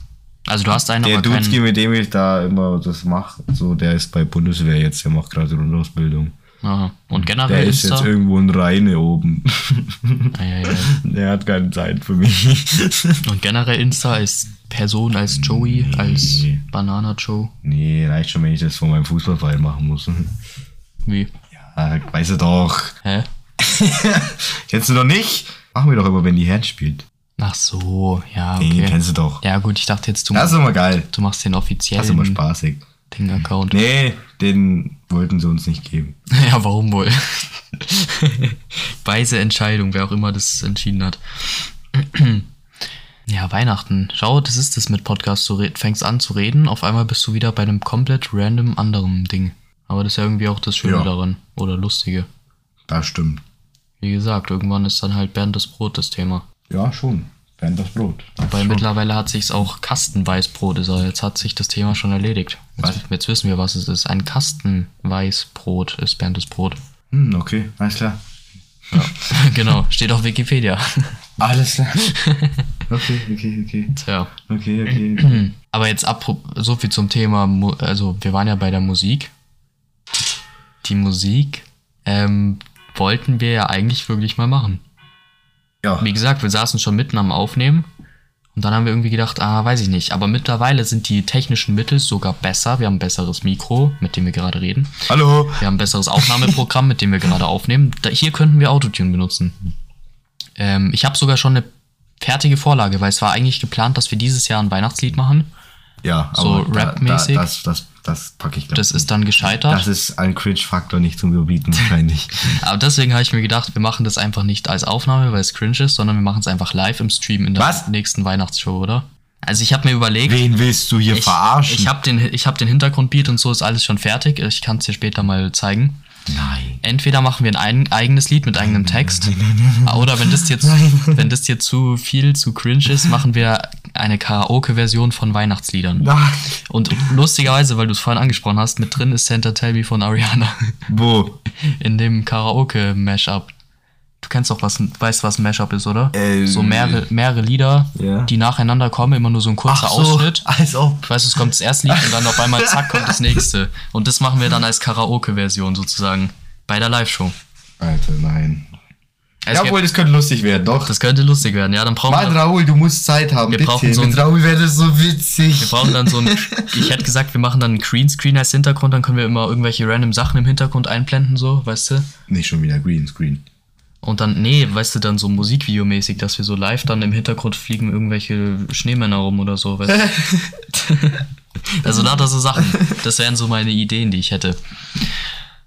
A: Also du hast einen,
B: Der
A: aber keinen.
B: Dutzki, mit dem ich da immer das mache, so, der ist bei Bundeswehr jetzt, der macht gerade Grundausbildung.
A: Aha. Und
B: Der
A: generell
B: ist jetzt
A: Insta.
B: irgendwo in Rheine oben.
A: Ah, ja, ja.
B: der hat keine Zeit für mich.
A: Und generell Insta als Person, als Joey, als
B: Nee.
A: Banana Joe.
B: nee, reicht schon, wenn ich das vor meinem Fußballverein machen muss.
A: Wie?
B: Ja, weißt du doch.
A: Hä?
B: Kennst du doch nicht? Machen wir doch immer, wenn die Herren spielt.
A: Ach so, ja,
B: Nee,
A: okay.
B: kennst du doch.
A: Ja gut, ich dachte jetzt, du,
B: Das ist immer geil.
A: du machst den
B: Das ist immer
A: offiziellen
B: spaßig.
A: Ding-Account.
B: Nee, den wollten sie uns nicht geben.
A: Ja, warum wohl? Weise Entscheidung, wer auch immer das entschieden hat. Ja, Weihnachten. Schau, das ist es mit Podcast. Du red- fängst an zu reden, auf einmal bist du wieder bei einem komplett random anderen Ding. Aber das ist ja irgendwie auch das Schöne
B: Ja.
A: daran. Oder Lustige.
B: Das stimmt.
A: Wie gesagt, irgendwann ist dann halt Bernd das Brot das Thema.
B: Ja, schon. Während das Brot.
A: Weil mittlerweile hat sich's auch Kastenweißbrot, also jetzt hat sich das Thema schon erledigt. Jetzt, jetzt wissen wir, was es ist. Ein Kastenweißbrot ist Berndes Brot.
B: Hm, okay, alles klar.
A: genau, steht auf Wikipedia.
B: Alles klar. Okay, okay, okay.
A: Tja.
B: Okay, okay. okay.
A: Aber jetzt apro- so viel zum Thema, Mu- also wir waren ja bei der Musik. Die Musik ähm, wollten wir ja eigentlich wirklich mal machen.
B: Ja,
A: Wie gesagt, wir saßen schon mitten am Aufnehmen und dann haben wir irgendwie gedacht, ah, weiß ich nicht. Aber mittlerweile sind die technischen Mittel sogar besser. Wir haben ein besseres Mikro, mit dem wir gerade reden.
B: hallo.
A: Wir haben ein besseres Aufnahmeprogramm, mit dem wir gerade aufnehmen. Da, hier könnten wir Autotune benutzen. Ähm, ich habe sogar schon eine fertige Vorlage, weil es war eigentlich geplant, dass wir dieses Jahr ein Weihnachtslied machen.
B: Ja,
A: So
B: aber da-
A: Rap-mäßig?
B: Da, das das, das packe ich glaub
A: Das
B: ich
A: ist dann gescheitert.
B: Das ist ein Cringe-Faktor nicht zum Überbieten wahrscheinlich.
A: Aber deswegen habe ich mir gedacht, wir machen das einfach nicht als Aufnahme, weil es cringe ist, sondern wir machen es einfach live im Stream in der
B: Was?
A: nächsten Weihnachtsshow, oder? Also ich habe mir überlegt,
B: Wen willst du hier
A: ich,
B: verarschen?
A: ich habe den, ich hab den Hintergrundbeat und so ist alles schon fertig. Ich kann es dir später mal zeigen.
B: Nein.
A: entweder machen wir ein ein eigenes Lied mit eigenem Text oder wenn das jetzt wenn das hier zu viel zu cringe ist, machen wir eine Karaoke Version von Weihnachtsliedern.
B: Nein.
A: Und lustigerweise, weil du es vorhin angesprochen hast, mit drin ist Santa Tell Me von Ariana
B: Wo?
A: in dem Karaoke Mashup. Du kennst doch was, weißt was ein Mashup ist, oder?
B: Ähm,
A: so mehrere, mehrere Lieder,
B: Ja.
A: die nacheinander kommen, immer nur so ein kurzer Ausschnitt.
B: als ob.
A: Weißt du, es kommt das erste Lied und dann auf einmal zack kommt das nächste. Und das machen wir dann als Karaoke Version sozusagen bei der Live Show.
B: Alter, nein.
A: Es
B: ja,
A: gibt-
B: obwohl, das könnte lustig werden, doch.
A: Das könnte lustig werden, ja. Dann brauchen
B: Mann,
A: wir,
B: Raoul, du musst Zeit haben,
A: Wir brauchen
B: bitte.
A: so ein-
B: Mit Raoul wäre das so witzig.
A: wir brauchen dann so ein. Ich hätte gesagt, wir machen dann einen Greenscreen als Hintergrund, dann können wir immer irgendwelche random Sachen im Hintergrund einblenden, so, weißt du?
B: Nicht schon wieder Greenscreen.
A: Und dann, nee, weißt du, dann so Musikvideomäßig, dass wir so live dann im Hintergrund fliegen irgendwelche Schneemänner rum oder so, weißt du? also lauter so Sachen. Das wären so meine Ideen, die ich hätte.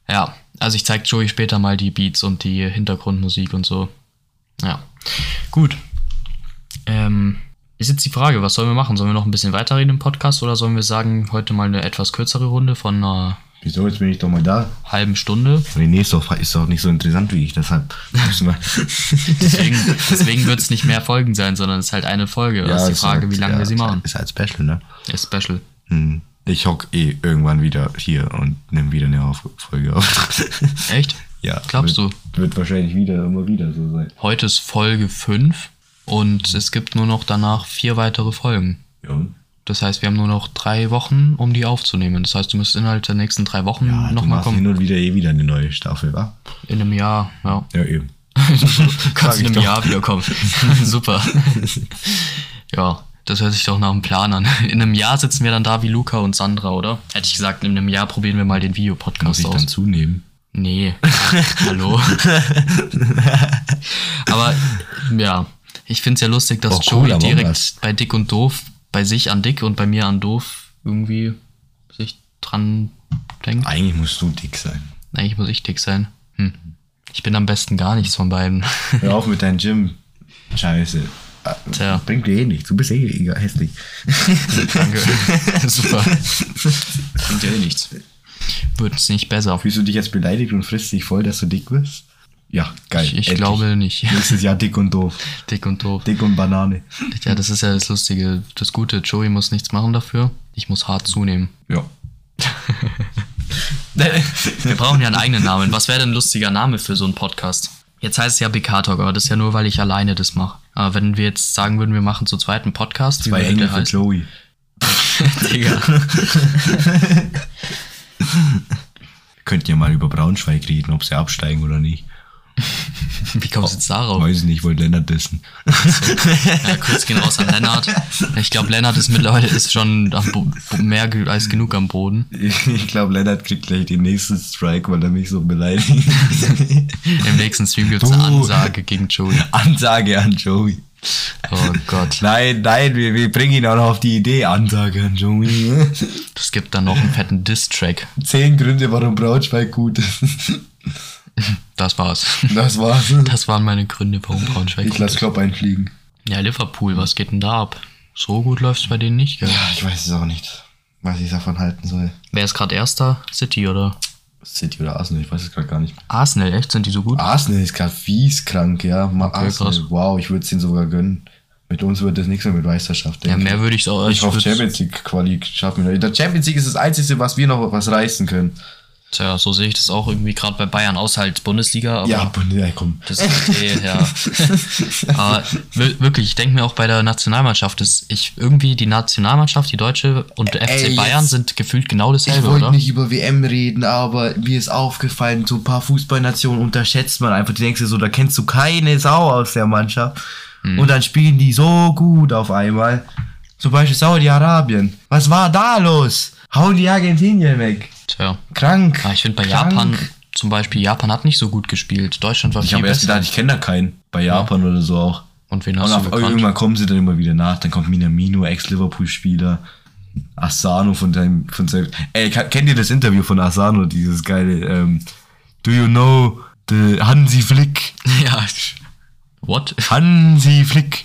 A: Ja, also ich zeig Joey später mal die Beats und die Hintergrundmusik und so. Ja. Gut. Ähm, ist jetzt die Frage, was sollen wir machen? Sollen wir noch ein bisschen weiterreden im Podcast oder sollen wir sagen, heute mal eine etwas kürzere Runde von einer
B: Wieso, jetzt bin ich doch mal da.
A: halben Stunde?
B: René ist doch, ist doch nicht so interessant wie ich, deshalb müssen wir...
A: Deswegen, deswegen wird es nicht mehr Folgen sein, sondern es ist halt eine Folge. das ist die
B: ist
A: Frage,
B: halt-
A: wie lange
B: ja,
A: wir sie
B: ist
A: machen.
B: Halt, ist halt special, ne?
A: Ist special.
B: Hm. Ich hock eh irgendwann wieder hier und nimm wieder eine auf Folge auf.
A: Echt?
B: ja.
A: Glaubst
B: wird, Wird wahrscheinlich wieder, immer wieder so sein.
A: Heute ist Folge 5 und es gibt nur noch danach vier weitere Folgen.
B: Ja.
A: Das heißt, wir haben nur noch drei Wochen, um die aufzunehmen. Das heißt, du müsst innerhalb der nächsten drei Wochen
B: Ja, du
A: nochmal
B: machst
A: kommen.
B: hin und wieder eh wieder eine neue Staffel, wa?
A: In einem Jahr, ja.
B: Ja, eben.
A: Kannst in einem Jahr wiederkommen. Super. ja, das hört sich doch nach einem Plan an. In einem Jahr sitzen wir dann da wie Luca und Sandra, oder? Hätte ich gesagt, in einem Jahr probieren wir mal den
B: Muss
A: Videopodcast
B: ich dann
A: aus.
B: zunehmen?
A: Nee. Hallo. Aber ja, ich finde es ja lustig, dass
B: Oh, cool,
A: Joey
B: aber
A: direkt
B: was?
A: bei Dick und Doof, bei sich an Dick und bei mir an Doof irgendwie sich dran denkt.
B: Eigentlich musst du dick sein.
A: Eigentlich muss ich dick sein. Hm. Ich bin am besten gar nichts von beiden.
B: Hör auf mit deinem Gym. Scheiße. Ah,
A: Tja.
B: Bringt dir eh nichts. Du bist eh egal- hässlich.
A: Danke. Super. Bringt ja eh nichts. Wird es nicht besser.
B: Fühlst du dich jetzt beleidigt und frisst dich voll, dass du dick bist? Ja, geil.
A: Ich, ich
B: Endlich.
A: glaube nicht.
B: Nächstes Jahr dick und doof.
A: Dick und doof.
B: Dick und Banane.
A: Ja, das ist ja das Lustige. Das Gute, Joey muss nichts machen dafür. Ich muss hart zunehmen.
B: Ja.
A: Wir brauchen ja einen eigenen Namen. Was wäre denn ein lustiger Name für so einen Podcast? Jetzt heißt es ja BK Talk, aber das ist ja nur, weil ich alleine das mache. Aber wenn wir jetzt sagen würden, wir machen zu zweit einen Podcast, wie
B: Bei
A: würde
B: Engel
A: der
B: für
A: heißen?
B: Chloe.
A: Digga.
B: Könnt ihr mal über Braunschweig reden, ob sie absteigen oder nicht.
A: Wie kommst du
B: Oh,
A: jetzt darauf?
B: Weiß nicht, wollte Lennart dessen.
A: Ja, kurz gehen raus an Lennart. Ich glaube, Lennart ist mittlerweile ist schon am Bo Bo- mehr ge- als genug am Boden.
B: Ich glaube, Lennart kriegt gleich den nächsten Strike, weil er mich so beleidigt.
A: Im nächsten Stream gibt es eine
B: Du.
A: Ansage gegen Joey.
B: Ansage an Joey.
A: Oh Gott.
B: Nein, nein, wir, wir bringen ihn auch noch auf die Idee. Ansage an Joey.
A: Es gibt dann noch einen fetten Diss-Track.
B: Zehn Gründe, warum Braunschweig gut ist.
A: Das war's.
B: Das war's.
A: Das waren meine Gründe, warum Braunschweig
B: Ich lass Klopp einfliegen.
A: Ja, Liverpool, was geht denn da ab? So gut läuft's bei denen nicht, gell?
B: Ja, ich weiß es auch nicht, was ich davon halten soll.
A: Wer ist gerade erster? City oder?
B: City oder Arsenal, ich weiß es gerade gar nicht.
A: Arsenal, echt? Sind die so gut?
B: Arsenal ist gerade fies krank, ja. Mal Arsenal,
A: krass.
B: wow, ich würde es denen sogar gönnen. Mit uns wird das nichts mehr mit Meisterschaft.
A: ja,
B: denke
A: mehr würde ich auch.
B: ich hoffe, Champions League Quali schaffen wir. In der Champions League ist das Einzige, was wir noch was reißen können.
A: Tja, so sehe ich das auch irgendwie gerade bei Bayern aus, halt Bundesliga, aber
B: Ja, Bund- ja, komm.
A: das ist okay, ja. aber wir- wirklich, ich denke mir auch bei der Nationalmannschaft, dass ich irgendwie die Nationalmannschaft, die Deutsche und der
B: Ey,
A: FC Bayern
B: jetzt-
A: sind gefühlt genau
B: Ich
A: dasselbe,
B: wollte
A: oder?
B: nicht über WM reden, aber mir ist aufgefallen, so ein paar Fußballnationen unterschätzt man einfach. Die denkst dir so, da kennst du keine Sau aus der Mannschaft.
A: Hm.
B: Und dann spielen die so gut auf einmal. Zum Beispiel Saudi-Arabien. Was war da los? Hauen die Argentinien weg.
A: Tja.
B: Krank.
A: Aber Ah, ich finde bei
B: Krank.
A: Japan zum Beispiel, Japan hat nicht so gut gespielt. Deutschland war
B: Ich
A: viel
B: habe erst
A: besser.
B: gedacht, ich kenne da keinen. Bei Japan oder so auch.
A: und wen hast
B: Und
A: du
B: auf,
A: gekannt?
B: irgendwann kommen sie dann immer wieder nach. Dann kommt Minamino, Ex-Liverpool-Spieler. Asano von seinem. Von seinem ey, ka- kennt ihr das Interview von Asano? Dieses geile. Ähm, Do you know the Hansi Flick?
A: Ja. What?
B: Hansi Flick.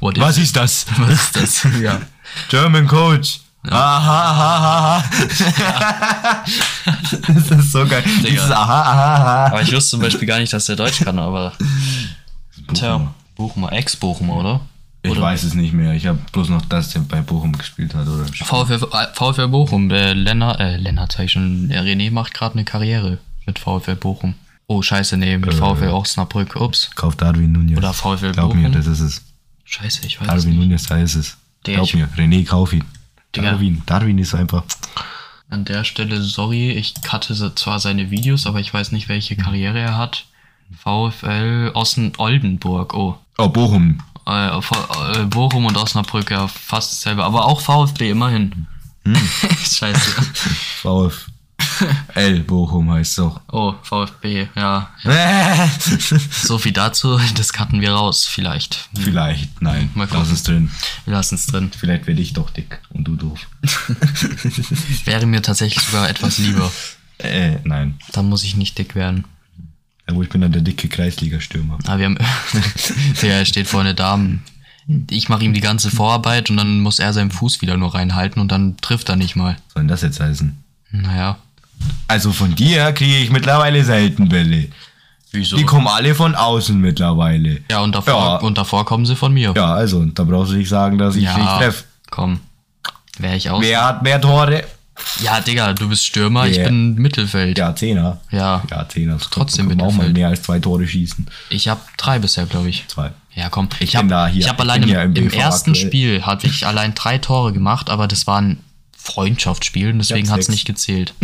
A: What
B: Was ist das?
A: Was ist das? ja.
B: German Coach. Aha, aha, aha. das ist so geil. Dieses aha, aha, aha.
A: Aber ich wusste zum Beispiel gar nicht, dass der Deutsch kann, aber. Tja, Bochumer, Ex-Bochumer, oder?
B: Ich
A: Oder-
B: weiß es nicht mehr. Ich habe bloß noch, dass der bei Bochum gespielt hat. Oder
A: VfL, äh, VfL Bochum, äh, Lennart, äh, Lennart sag ich schon, äh, René macht gerade eine Karriere mit VfL Bochum. Oh, scheiße, nee, mit VfL Osnabrück, ups.
B: Kauf Darwin Nunez.
A: Oder VfL
B: Glaub mir,
A: Bochum.
B: das ist es.
A: Scheiße, ich weiß es
B: Darwin
A: nicht.
B: Nunez, da ist es.
A: Digga,
B: Glaub
A: ich-
B: mir, René, kauf ihn.
A: Digga.
B: Darwin, Darwin ist einfach.
A: An der Stelle, sorry, ich cutte se- zwar seine Videos, aber ich weiß nicht, welche Karriere er hat. VfL Osten-Oldenburg, oh.
B: Oh, Bochum.
A: Äh, Vo- äh, Bochum und Osnabrück, ja, fast dasselbe. Aber auch VfB, immerhin. Scheiße.
B: VfL Bochum heißt es auch.
A: Oh, VfB, ja. So viel dazu, das cutten wir raus, vielleicht.
B: Vielleicht, nein.
A: Mal
B: das ist drin.
A: Wir lassen es drin.
B: Vielleicht werde ich doch dick und du doof.
A: Wäre mir tatsächlich sogar etwas lieber.
B: Äh, nein.
A: Dann muss ich nicht dick werden.
B: Aber ich bin dann der dicke Kreisliga-Stürmer.
A: Ah, wir haben. ja, er steht vorne Damen. Ich mache ihm die ganze Vorarbeit und dann muss er seinen Fuß wieder nur reinhalten und dann trifft er nicht mal.
B: Was soll denn das jetzt heißen?
A: Naja.
B: Also von dir kriege ich mittlerweile selten Bälle.
A: Wieso?
B: Die kommen alle von außen mittlerweile.
A: ja, und davor,
B: Ja.
A: und davor kommen sie von mir.
B: Ja, also, da brauchst du nicht sagen, dass ich
A: Ja,
B: dich treffe.
A: komm. Wäre ich aus.
B: Wer hat mehr Tore?
A: Ja, Digga, du bist Stürmer, ich
B: Ja.
A: bin Mittelfeld.
B: Ja, Zehner.
A: Ja.
B: Ja, Zehner.
A: Trotzdem
B: können wir auch mal
A: Mittelfeld.
B: mehr als zwei Tore schießen.
A: Ich habe drei bisher, glaube ich.
B: Zwei.
A: Ja, komm. Ich
B: bin
A: habe
B: da hier.
A: ich hab
B: Ich
A: allein
B: bin
A: im,
B: ja im
A: im
B: BV
A: ersten
B: aktuell.
A: Spiel hatte ich allein drei Tore gemacht, aber das waren Freundschaftsspielen, deswegen
B: hab's
A: hat es
B: sechs.
A: nicht gezählt.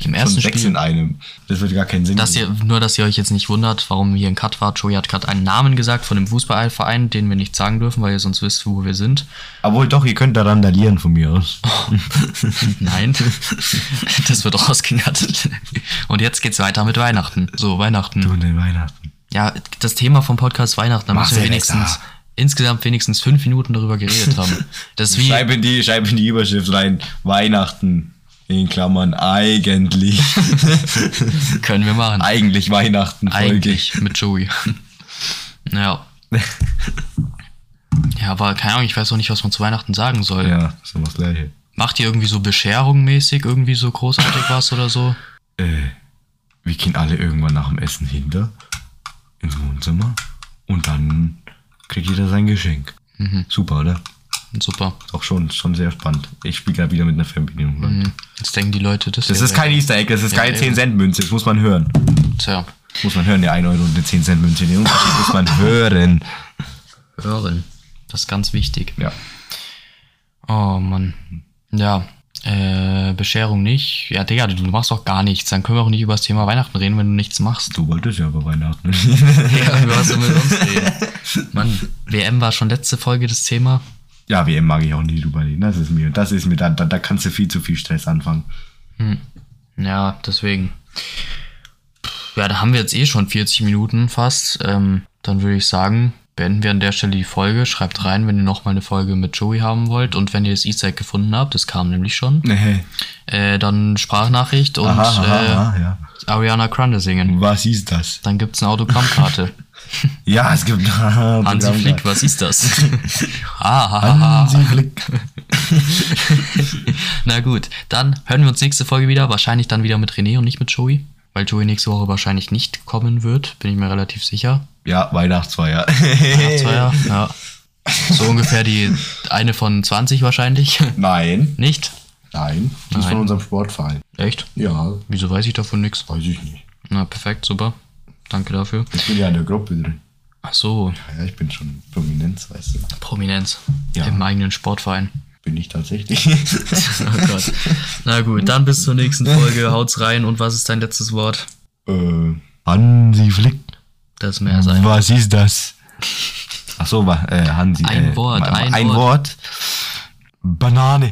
A: Im ersten
B: sechs
A: Spiel.
B: in einem. Das würde gar keinen Sinn
A: Dass ihr, nur, dass ihr euch jetzt nicht wundert, warum hier ein Cut war. Joey hat gerade einen Namen gesagt von dem Fußballverein, den wir nicht sagen dürfen, weil ihr sonst wisst, wo wir sind.
B: Obwohl, doch, ihr könnt da randalieren von mir aus.
A: Oh. Nein, das wird rausgekattet. Und jetzt geht's weiter mit Weihnachten. So, Weihnachten.
B: Und den ne, Weihnachten.
A: Ja, das Thema vom Podcast Weihnachten, da
B: Mach
A: müssen wir
B: Silvester.
A: wenigstens, insgesamt wenigstens fünf Minuten darüber geredet haben. Das ist wie,
B: Schreib in, die, schreib in die Überschrift rein. Weihnachten. In Klammern, eigentlich.
A: können wir machen.
B: eigentlich Weihnachten. Folge.
A: Eigentlich mit Joey. Naja. Ja, aber keine Ahnung, ich weiß auch nicht, was man zu Weihnachten sagen soll.
B: Ja, ist immer das Gleiche.
A: Macht ihr irgendwie so Bescherung mäßig irgendwie so großartig was oder so?
B: Äh, wir gehen alle irgendwann nach dem Essen hinter. Ins Wohnzimmer. Und dann kriegt jeder sein Geschenk.
A: Mhm.
B: Super, oder?
A: Super.
B: Doch schon, schon sehr spannend. Ich spiele gerade wieder mit einer Fernbedienung. Leute.
A: Jetzt denken die Leute, das,
B: Das
A: wäre-
B: ist kein Easter Egg, das ist keine
A: Mhm. eben.
B: 10-Cent-Münze, das muss man hören.
A: Tja,
B: Das muss man hören, der 1 Euro und eine 10-Cent-Münze. Den Unterschied muss man hören.
A: hören. Das ist ganz wichtig.
B: Ja.
A: Oh Mann. Ja. Äh, Bescherung nicht. Ja, Digga, du machst doch gar nichts. Dann können wir auch nicht über das Thema Weihnachten reden, wenn du nichts machst.
B: Du wolltest ja über Weihnachten.
A: Digga, über was sollen wir sonst reden? Mann, WM war schon letzte Folge das Thema.
B: ja, WM mag ich auch nicht drüber reden. Das ist mir, das ist mir, da, da, da kannst du viel zu viel Stress anfangen.
A: Ja, deswegen. Ja, da haben wir jetzt eh schon 40 Minuten fast. Ähm, dann würde ich sagen, beenden wir an der Stelle die Folge. Schreibt rein, wenn ihr nochmal eine Folge mit Joey haben wollt. Und wenn ihr das Easter Egg gefunden habt, das kam nämlich schon,
B: Nee.
A: äh, dann Sprachnachricht und
B: Aha, aha, aha, ja.
A: äh, Ariana Grande singen.
B: Was ist das?
A: Dann gibt's eine Autogrammkarte.
B: Ja, es gibt.
A: Hansi Flick, was ist das? ah, ha, ha, ha.
B: Hansi Flick.
A: Na gut, dann hören wir uns nächste Folge wieder. Wahrscheinlich dann wieder mit René und nicht mit Joey. Weil Joey nächste Woche wahrscheinlich nicht kommen wird, bin ich mir relativ sicher.
B: Ja, Weihnachtsfeier.
A: Weihnachtsfeier, ja. So ungefähr die eine von 20 wahrscheinlich.
B: Nein.
A: Nicht?
B: Nein. Die ist
A: Nein.
B: von unserem Sportverein.
A: Echt?
B: Ja,
A: Wieso weiß ich davon nichts?
B: weiß ich nicht.
A: Na, perfekt, super. Danke dafür.
B: Ich bin ja in der Gruppe drin.
A: Ach so,
B: Ja, ich bin schon Prominenz, weißt du.
A: Prominenz
B: Ja.
A: im eigenen Sportverein.
B: Bin ich tatsächlich.
A: Oh Gott. Na gut, dann bis zur nächsten Folge. Haut's rein und was ist dein letztes Wort?
B: äh, Hansi Flick.
A: Das mehr sein.
B: Was ist das? Ach so, wa- äh, Hansi.
A: Ein
B: äh,
A: Wort,
B: ma-
A: ein
B: ein Wort. Banane.